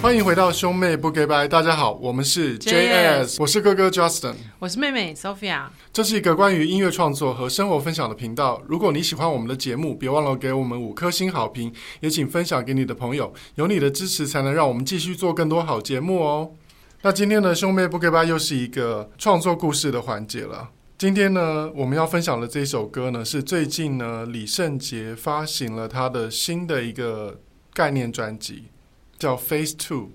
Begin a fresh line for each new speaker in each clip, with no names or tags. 欢迎回到兄妹不 g 拜，大家好，我们是
JS
JS，我是哥哥 Justin。
我是妹妹 Sophia。
这是一个关于音乐创作和生活分享的频道。如果你喜欢我们的节目，别忘了给我们五颗星好评，也请分享给你的朋友。有你的支持，才能让我们继续做更多好节目哦。那今天呢，兄妹不 g 拜又是一个创作故事的环节了。今天呢，我们要分享的这一首歌呢，是最近呢李圣杰发行了他的新的一个概念专辑，叫《Phase Two》。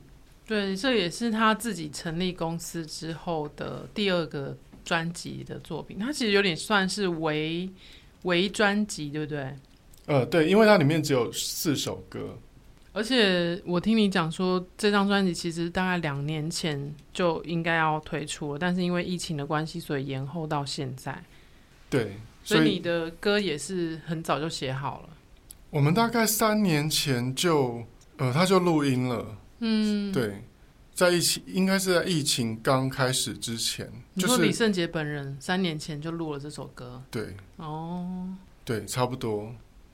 对，这也是他自己成立公司之后的第二个专辑的作品。他其实有点算是唯唯专辑，对不对？
呃，对，因为它里面只有四首歌，
而且我听你讲说，这张专辑其实大概两年前就应该要推出了，但是因为疫情的关系，所以延后到现在。
对，
所
所
以你
以
的歌也是很早就写好了。
我们大概三年前就呃，他就录音了，
嗯，。
对，在疫情应该是在疫情刚开始之前，
你
就
说李
是
圣杰本人三年前就录了这首歌
对
哦，
对，差不多。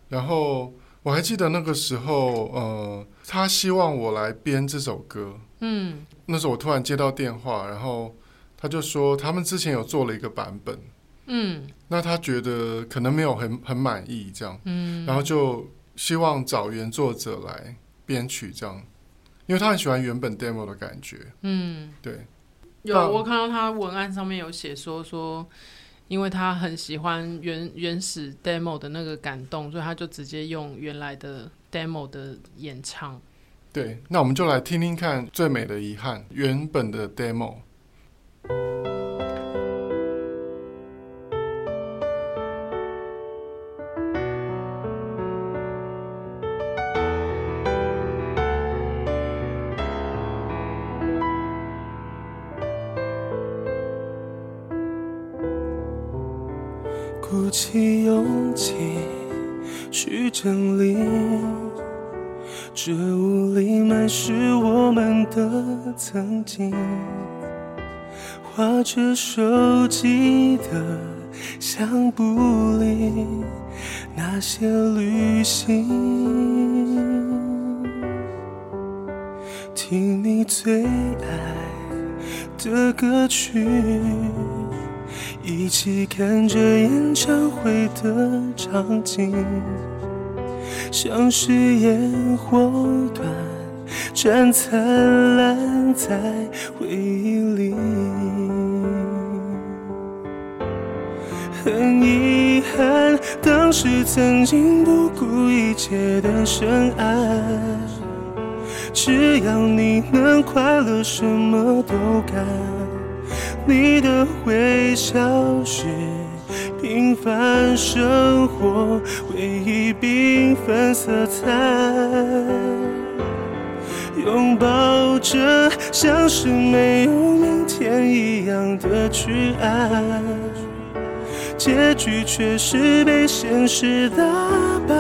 然后我还记得那个时候，呃，他希望我来编这首歌，
嗯，
那时候我突然接到电话，然后他就说他们之前有做了一个版本，
嗯
那他觉得可能没有很很满意这样。
嗯，
然后就希望找原作者来编曲这样，因为他很喜欢原本 demo 的感觉。
嗯，啊
对，
有
那
我看到他文案上面有写说说，因为他很喜欢原原始 demo 的那个感动，所以他就直接用原来的 demo 的演唱。
对，那我们就来听听看《最美的遗憾》原本的 demo。
鼓起勇气去整理，这屋里满是我们的曾经。划着手机的相簿里，那些旅行，听你最爱的歌曲。一起看着演唱会的场景，像是烟火短暂灿烂在回忆里。很遗憾，当时曾经不顾一切的深爱，只要你能快乐，什么都敢。你的微笑是平凡生活唯一缤纷色彩。拥抱着像是没有明天一样的去爱，结局却是被现实打败。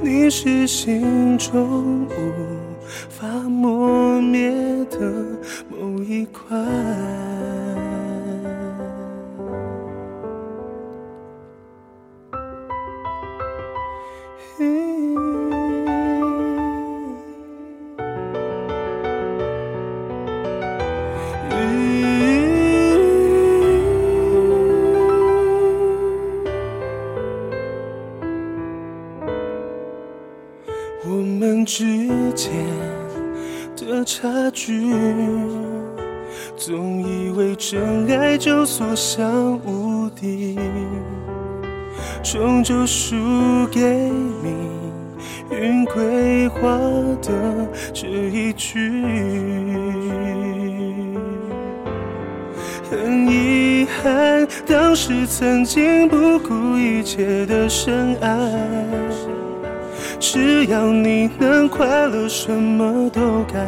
你是心中无法磨灭的某一块。我们之间的差距，总以为真爱就所向无敌，终究输给命运规划的这一句。很遗憾，当时曾经不顾一切的深爱。只要你能快乐，什么都敢。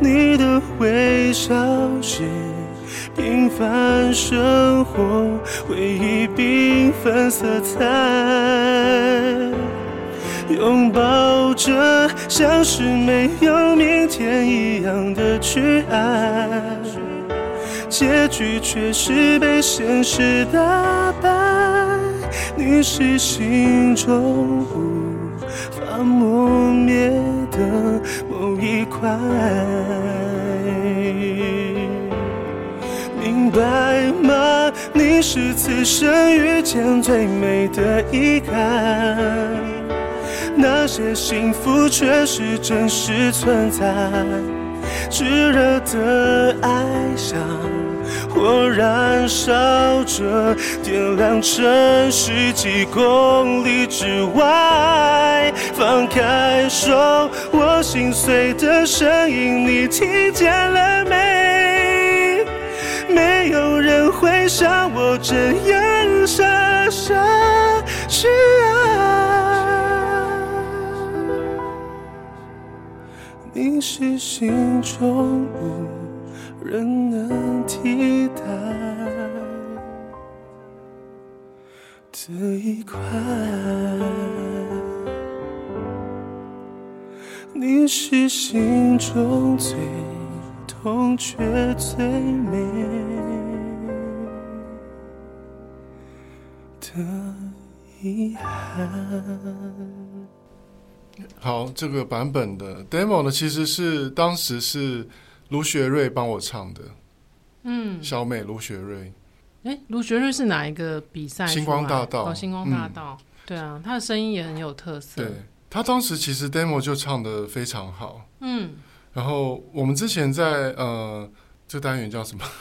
你的微笑是平凡生活唯一缤纷色彩。拥抱着像是没有明天一样的去爱，结局却是被现实打败。你是心中无法磨灭的某一快。明白吗？你是此生遇见最美的遗憾，那些幸福却是真实存在，炙热的爱上火燃烧着，点亮城市几公里之外。放开手，我心碎的声音，你听见了没？没有人会像我这样傻傻去爱。你是心中无人能替代的一块。你是心中最痛却最美的遗憾。
好，这个版本的 demo 呢，其实是当时是卢学瑞帮我唱的，
嗯，
小美卢学瑞，
哎，卢学瑞是哪一个比赛出来的？
星光大道嗯
哦，星光大道，对啊，他的声音也很有特色。
对，他当时其实 demo 就唱的非常好。
嗯，
然后我们之前在呃，这个单元叫什么？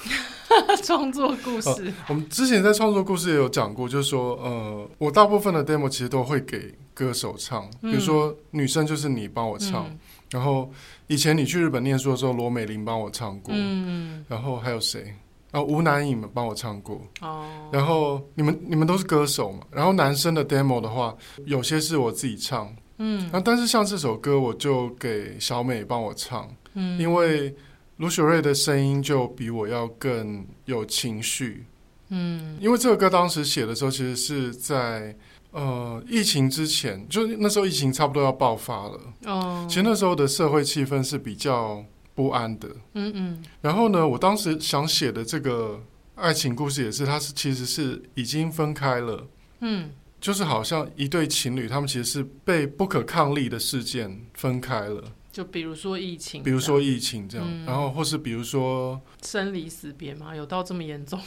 创作故事，
我们之前在创作故事也有讲过，就是说，呃，我大部分的 demo 其实都会给歌手唱，比
嗯
如说女生就是你帮我唱，
嗯
然后以前你去日本念书的时候，罗美玲帮我唱过，
嗯，
然后还有谁？啊，吴南颖帮我唱过，
哦，
然后你们你们都是歌手嘛，然后男生的 demo 的话，有些是我自己唱，
嗯
那但是像这首歌，我就给小美帮我唱，
嗯，
因为卢雪瑞的声音就比我要更有情绪，
嗯
因为这个歌当时写的时候，其实是在呃疫情之前，就是那时候疫情差不多要爆发了。
哦，
其实那时候的社会气氛是比较不安的。
嗯嗯
然后呢，我当时想写的这个爱情故事也是，它是其实是已经分开了，
嗯
就是好像一对情侣，他们其实是被不可抗力的事件分开了，
就比如说疫情，
比如说疫情这样，
嗯
然后或是比如说。
生离死别嘛，有到这么严重？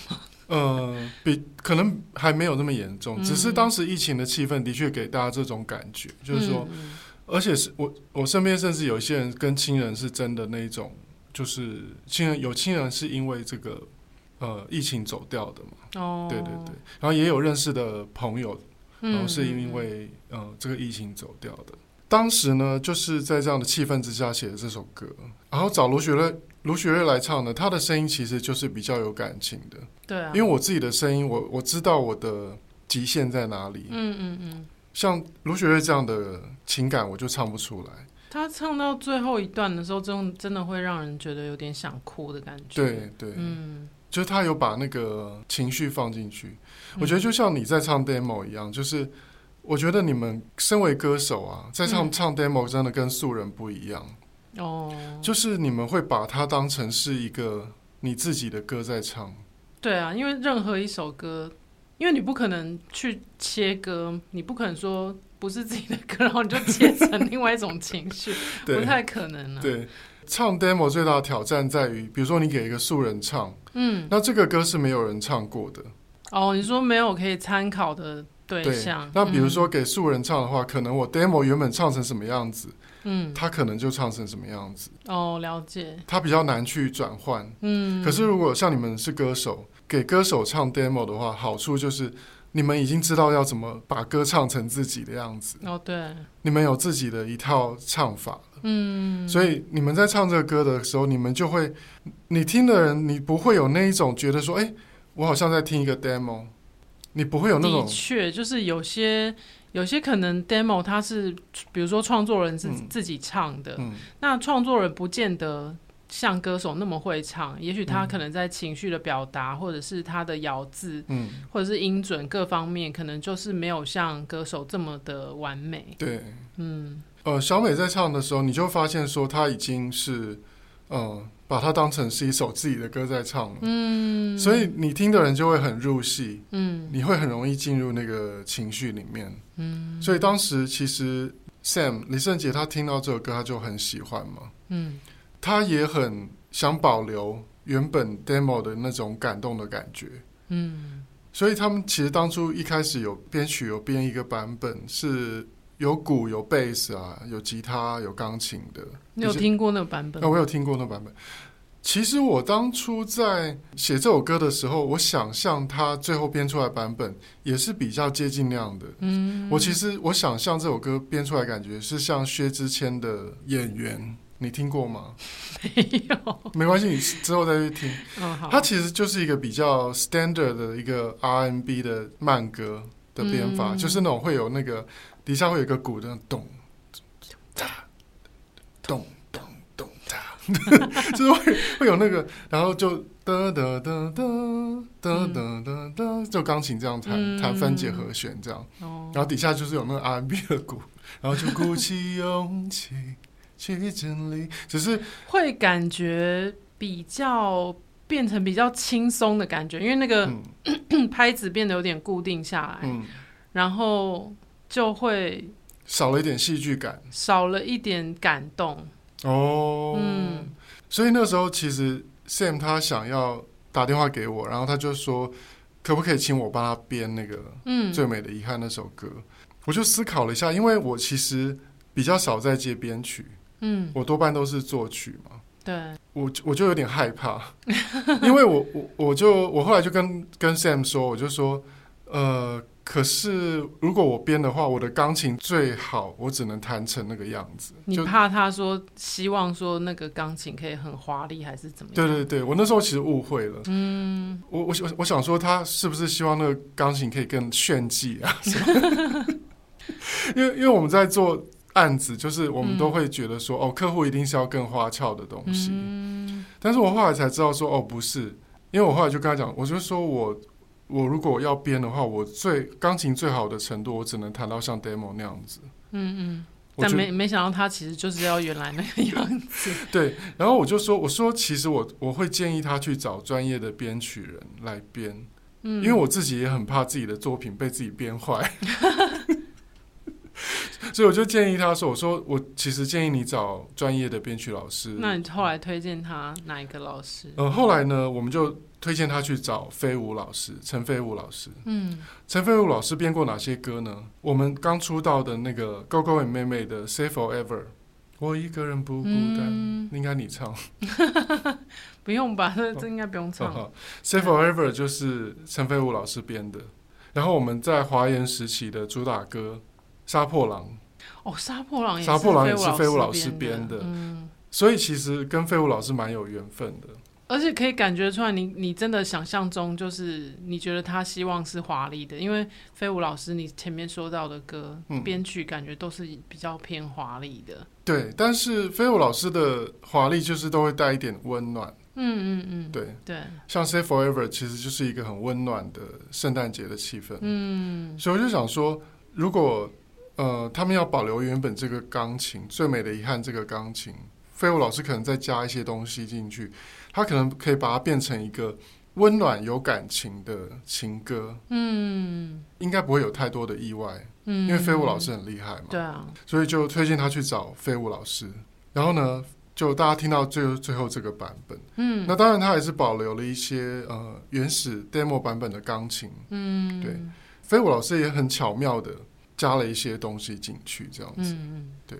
呃，比可能还没有那么严重，
嗯
只是当时疫情的气氛的确给大家这种感觉，就是说，
嗯，
而且是我我身边甚至有一些人跟亲人是真的那一种，就是亲人有亲人是因为这个呃疫情走掉的嘛，
嗯哦，
对对对，然后也有认识的朋友，
嗯，
然后是因为、呃这个疫情走掉的。当时呢，就是在这样的气氛之下写的这首歌，然后找卢雪瑞卢雪瑞来唱呢，她的声音其实就是比较有感情的，
嗯对啊，
因为
为
我自己的声音，我我知道我的极限在哪里，
嗯嗯嗯，
像卢雪瑞这样的情感我就唱不出来。
他唱到最后一段的时候，真真的会让人觉得有点想哭的感觉。
对，对，
嗯，
就是他有把那个情绪放进去。
嗯
我觉得就像你在唱 demo 一样，就是我觉得你们身为歌手啊，在唱、
嗯
唱 demo 真的跟素人不一样，
哦，
就是你们会把它当成是一个你自己的歌在唱。
对啊，因为任何一首歌，因为你不可能去切歌，你不可能说不是自己的歌，然后你就切成另外一种情绪，不
对
太可能啊。，
对，唱 demo 最大的挑战在于，比如说你给一个素人唱，
嗯，
那这个歌是没有人唱过的。
哦，你说没有可以参考的对
对
象，，嗯
那比如说给素人唱的话，可能我 demo 原本唱成什么样子，
嗯，
他可能就唱成什么样子，
嗯，哦，了解，
他比较难去转换。
嗯，
可是如果像你们是歌手，给歌手唱 demo 的话，好处就是你们已经知道要怎么把歌唱成自己的样子，
哦，对，
你们有自己的一套唱法，
嗯，
所以你们在唱这个歌的时候，你们就会，你听的人，你不会有那一种觉得说，哎、我好像在听一个 demo，你不会有那
的
种，
确，就是有些有些可能 demo 它是，比如说创作人是
嗯
自己唱的，
嗯，
那创作人不见得像歌手那么会唱，也许他
嗯
可能在情绪的表达，或者是他的咬字，
嗯，
或者是音准各方面，可能就是没有像歌手这么的完美。
对。
嗯，
呃，小美在唱的时候，你就发现说她已经是，呃，把它当成是一首自己的歌在唱了。嗯，所以你听的人就会很入戏，
嗯，
你会很容易进入那个情绪里面。嗯，所以当时其实 Sam 李圣杰他听到这首歌他就很喜欢嘛，
嗯
他也很想保留原本 demo 的那种感动的感觉，
嗯
所以他们其实当初一开始有编曲有编一个版本是有鼓有贝斯啊，有吉他有钢琴的。
你有
就是
听过那个版本
那、
吗？
哎我有听过那版本。其实我当初在写这首歌的时候，我想象它最后编出来的版本也是比较接近那样的。
嗯，
我其实我想象这首歌编出来的感觉是像薛之谦的《演员》，你听过吗？
没有。
没关系，你之后再去听。
嗯，好。
它其实就是一个比较 standard 的一个 R&B 的慢歌的编法，
嗯
就是那种会有那个底下会有一个鼓的咚哒咚咚咚哒， 就是会会有那个，然后就哒哒哒哒哒哒哒哒，就钢琴这样弹
嗯
弹分解和弦这样，
哦
然后底下就是有那个 R&B 的鼓，然后就鼓起勇气去整理，只是
会感觉比较变成比较轻松的感觉，因为那个
嗯
拍子变得有点固定下来，
嗯
然后就会
少了一点戏剧感
少了一点感动。
哦，
嗯
所以那时候其实 Sam 他想要打电话给我，然后他就说，可不可以请我帮他编那个
嗯
《最美的遗憾》那首歌？我就思考了一下，因为我其实比较少在接编曲，
嗯，
我多半都是作曲嘛。
对，
我就我就有点害怕， 因为我我我就我后来就跟跟 Sam 说，我就说，呃，可是如果我编的话，我的钢琴最好我只能弹成那个样子，
你
就
怕他说希望说那个钢琴可以很华丽，还是怎么样？
对对对，我那时候其实误会了，
嗯，
我我我我想说，他是不是希望那个钢琴可以更炫技啊？ 什么因为因为我们在做案子，就是我们都会觉得说，哦，客户一定是要更花俏的东西。
嗯
但是我后来才知道说，哦，不是，因为我后来就跟他讲，我就说我我如果要编的话，我最钢琴最好的程度，我只能弹到像 demo 那样子。
嗯嗯，
我
但
觉得
没没想到他其实就是要原来那个样子。
对，然后我就说，我说其实我我会建议他去找专业的编曲人来编。
嗯，
因为我自己也很怕自己的作品被自己编坏， 所以我就建议他说：“我说我其实建议你找专业的编曲老师。”
那你后来推荐他哪一个老师？
呃，后来呢，我们就推荐他去找飞舞老师，陈飞舞老师。
嗯
陈飞舞老师编过哪些歌呢？我们刚出道的那个《Go Go and 妹妹》的《Say Forever》，我一个人不孤单，
嗯
应该你唱。
不用吧，
哦
这这应该不用
哈
唱。
哈 Say Forever 就是陈飞武老师编的，然后我们在华研时期的主打歌《杀破狼》，
哦，杀破狼也
杀破狼也
是
是
飞
飞
舞
舞
老
老
师
师编
编
的
嗯，
所以其实跟飞武老师蛮有缘分的。
而且可以感觉出来你，你真的想象中就是你觉得他希望是华丽的，因为飞舞老师你前面说到的歌
嗯
编、曲感觉都是比较偏华丽的。
对，但是飞武老师的华丽就是都会带一点温暖，
嗯嗯嗯，
对，
对，
像《Say Forever》其实就是一个很温暖的圣诞节的气氛，
嗯
所以我就想说，如果呃他们要保留原本这个钢琴《最美的遗憾》这个钢琴，飞舞老师可能再加一些东西进去，他可能可以把它变成一个温暖有感情的情歌，
嗯
应该不会有太多的意外，
嗯，
因为飞舞老师很厉害嘛，
对啊，
所以就推荐他去找飞舞老师。然后呢，就大家听到最后最后这个版本，
嗯
那当然他还是保留了一些呃原始 demo 版本的钢琴，
嗯
对飞舞老师也很巧妙的加了一些东西进去，这样子、
嗯嗯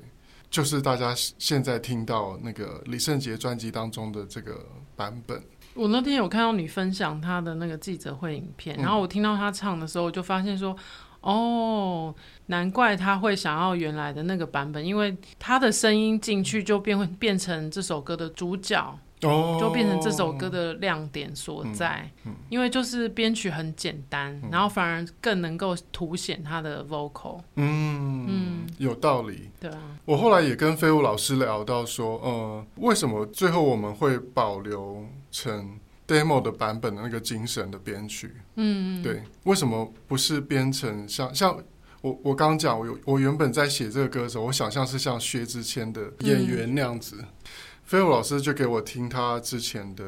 就是大家现在听到那个李圣杰专辑当中的这个版本。
我那天有看到你分享他的那个记者会影片，
嗯
然后我听到他唱的时候，我就发现说，哦，难怪他会想要原来的那个版本，因为他的声音进去就变会变成这首歌的主角，
哦
就变成这首歌的亮点所在。
嗯嗯
因为就是编曲很简单，然后反而更能够凸显他的 vocal。
嗯
嗯
有道理。
对啊，
我后来也跟飞舞老师聊到说，呃，为什么最后我们会保留成 demo 的版本的那个精神的编曲？
嗯，嗯，
对，为什么不是编成像像我我刚刚讲，我有我原本在写这个歌的时候，我想象是像薛之谦的演员那样子。飞舞老师就给我听他之前的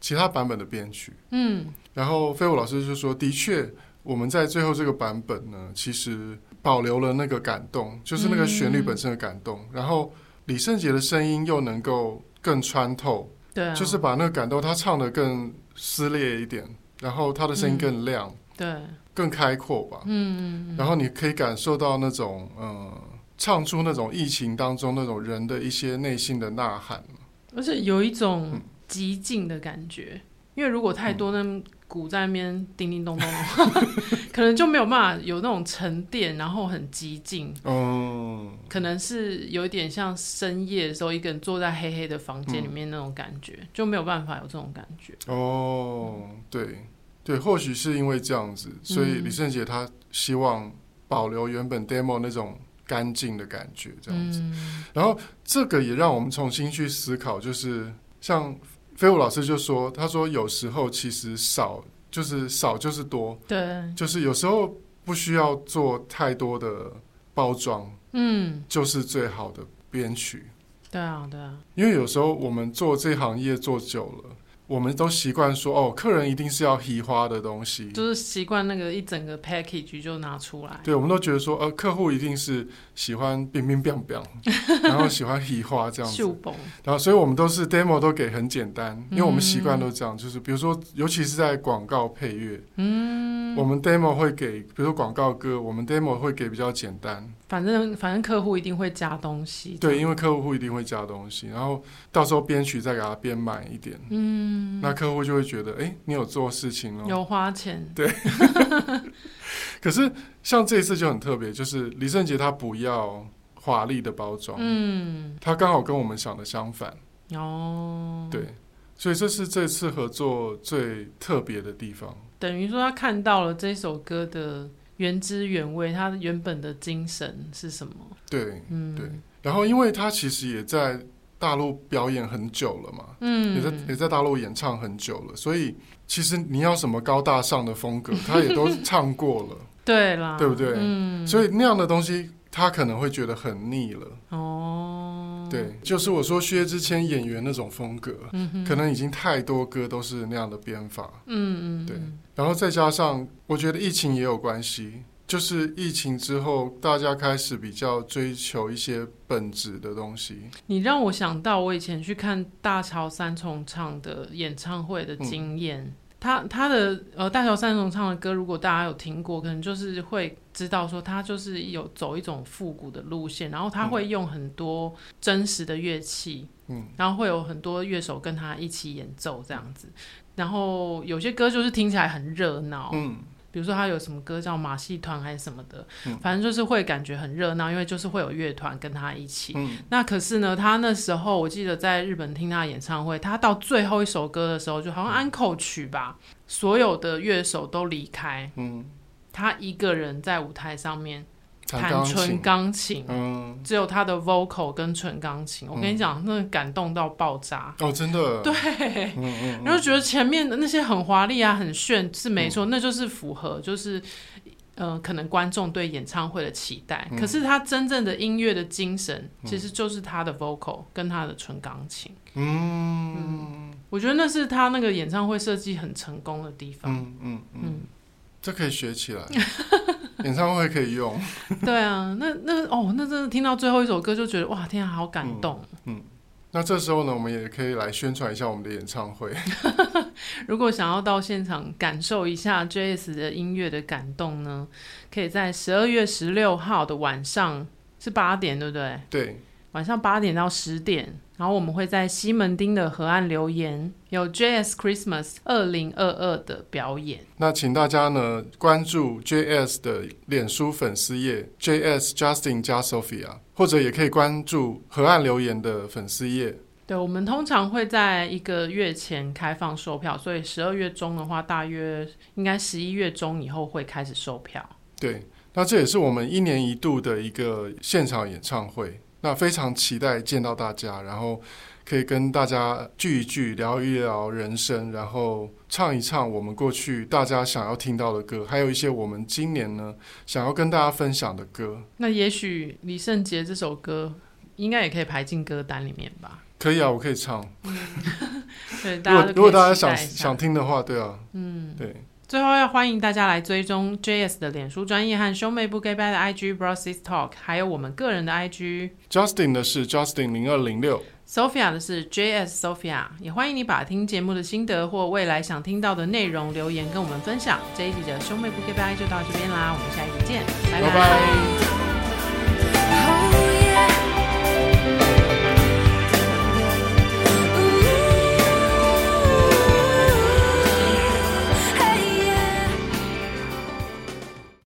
其他版本的编曲，
嗯
然后飞舞老师就说，的确，我们在最后这个版本呢，其实保留了那个感动，就是那个旋律本身的感动，然后李圣杰的声音又能够更穿透，
对啊，
就是把那个感动他唱的更撕裂一点，然后他的声音更亮、
对，
更开阔吧。
嗯，
然后你可以感受到那种呃，唱出那种疫情当中那种人的一些内心的呐喊。
而且有一种极静的感觉，因为如果太多那鼓在那边叮叮咚咚的话，
嗯
可能就没有办法有那种沉淀，然后很激进，
嗯，
可能是有一点像深夜的时候一个人坐在黑黑的房间里面那种感觉，
嗯
就没有办法有这种感觉。
哦，对对，或许是因为这样子，所
嗯
以李圣杰他希望保留原本 demo 那种干净的感觉，这样子。
嗯，
然后这个也让我们重新去思考，就是像飞舞老师就说，他说有时候其实少就是少就是多，
对，
就是有时候不需要做太多的包装，
嗯，
就是最好的编曲。
对啊，对啊，
因为有时候我们做这行业做久了，我们都习惯说哦，客人一定是要提花的东西，
就是习惯那个一整个 package 就拿出来。
对，我们都觉得说呃，客户一定是喜欢冰冰冰冰，然后喜欢提花这样
秀
子，
蹦，
然后所以我们都是 demo 都给很简单，因为我们习惯都这样，就是比如说，尤其是在广告配乐，
嗯，
我们 demo 会给，比如说广告歌，我们 demo 会给比较简单，
反正反正客户一定会加东西。
对，，因为客户一定会加东西，然后到时候编曲再给他编满一点，
嗯，
那客户就会觉得，哎，你有做事情哦。
有花钱，
可是像这一次就很特别，就是李圣杰他不要华丽的包装，
嗯，
他刚好跟我们想的相反，
哦，，
对，所以这是这次合作最特别的地方。
等于说他看到了这首歌的原汁原味，它原本的精神是什么？
对，
嗯，
对然后因为他其实也在大陆表演很久了嘛，也在也
嗯，
在大陆演唱很久了，所以其实你要什么高大上的风格，他也都唱过了，
对啦，
对不对
嗯，
所
以
以那样的东西他可能会觉得很腻了。
哦，，
对，就是我说薛之谦演员那种风格，
嗯哼，
可能已经太多歌都是那样的编法，
嗯，嗯嗯，
对然后再加上我觉得疫情也有关系，就是疫情之后大家开始比较追求一些本质的东西，
你让我想到我以前去看大乔三重唱的演唱会的经验。
嗯
他他的呃大乔三重唱的歌，如果大家有听过，可能就是会知道说他就是有走一种复古的路线，然后他会用很多真实的乐器，
嗯，
然后会有很多乐手跟他一起演奏这样子。然后有些歌就是听起来很热闹，
嗯
比如说他有什么歌叫马戏团还是什么的，
嗯
反正就是会感觉很热闹，因为就是会有乐团跟他一起。
嗯
那可是呢，他那时候我记得在日本听他的演唱会，他到最后一首歌的时候，就好像安口曲吧，所有的乐手都离开，
嗯，
他一个人在舞台上面
弹
弹
钢
纯
琴，
钢琴，
嗯，
只有他的 vocal 跟纯钢琴。我跟你讲，那感动到爆炸。
哦，真的，对，
对，
嗯嗯
然后觉得前面的那些很华丽啊，很炫是没
嗯
错，那就是符合就是。呃，可能观众对演唱会的期待，
嗯
可是他真正的音乐的精神，其实就是他的 vocal 跟他的纯钢琴。
嗯
我觉得那是他那个演唱会设计很成功的地方。
嗯嗯嗯
嗯，，
这可以学起来，演唱会可以用，
对啊，那那哦，那真的听到最后一首歌就觉得哇，天啊，好感
嗯
动！
那这时候呢，我们也可以来宣传一下我们的演唱会，
如果想要到现场感受一下 JS 的音乐的感动呢，可以在十二月十六号的晚上是八点，对不对？
对，
晚上八点到十点，然后我们会在西门町的河岸留言有 JS Christmas 二零二二的表演。
那请大家呢关注 JS 的脸书粉丝页 JS Justin 加 Sophia，或者也可以关注河岸留言的粉丝页。
对，我们通常会在一个月前开放售票，所以十二月中的话，大约应该十一月中以后会开始售票。
对，那这也是我们一年一度的一个现场演唱会，那非常期待见到大家，然后可以跟大家聚一聚，聊一聊人生，然后唱一唱我们过去大家想要听到的歌，还有一些我们今年呢想要跟大家分享的歌。
那也许李圣杰这首歌应该也可以排进歌单里面吧？
可以啊，我可以唱。
对，
如
大
果
家都可以
如果大家
期待
想
一下
想听的话，对啊，
嗯，
对。
最后要欢迎大家来追踪 JS 的脸书专业和兄妹不 gay bye 的 IG b r o s i s Talk，还有我们个人的 IG。
Justin 的是 Justin 零二零六，
Sophia 的是 JS Sophia，也欢迎你把听节目的心得或未来想听到的内容留言跟我们分享。这一集的兄妹不 gay bye 就到这边啦，我们下一集见，
拜拜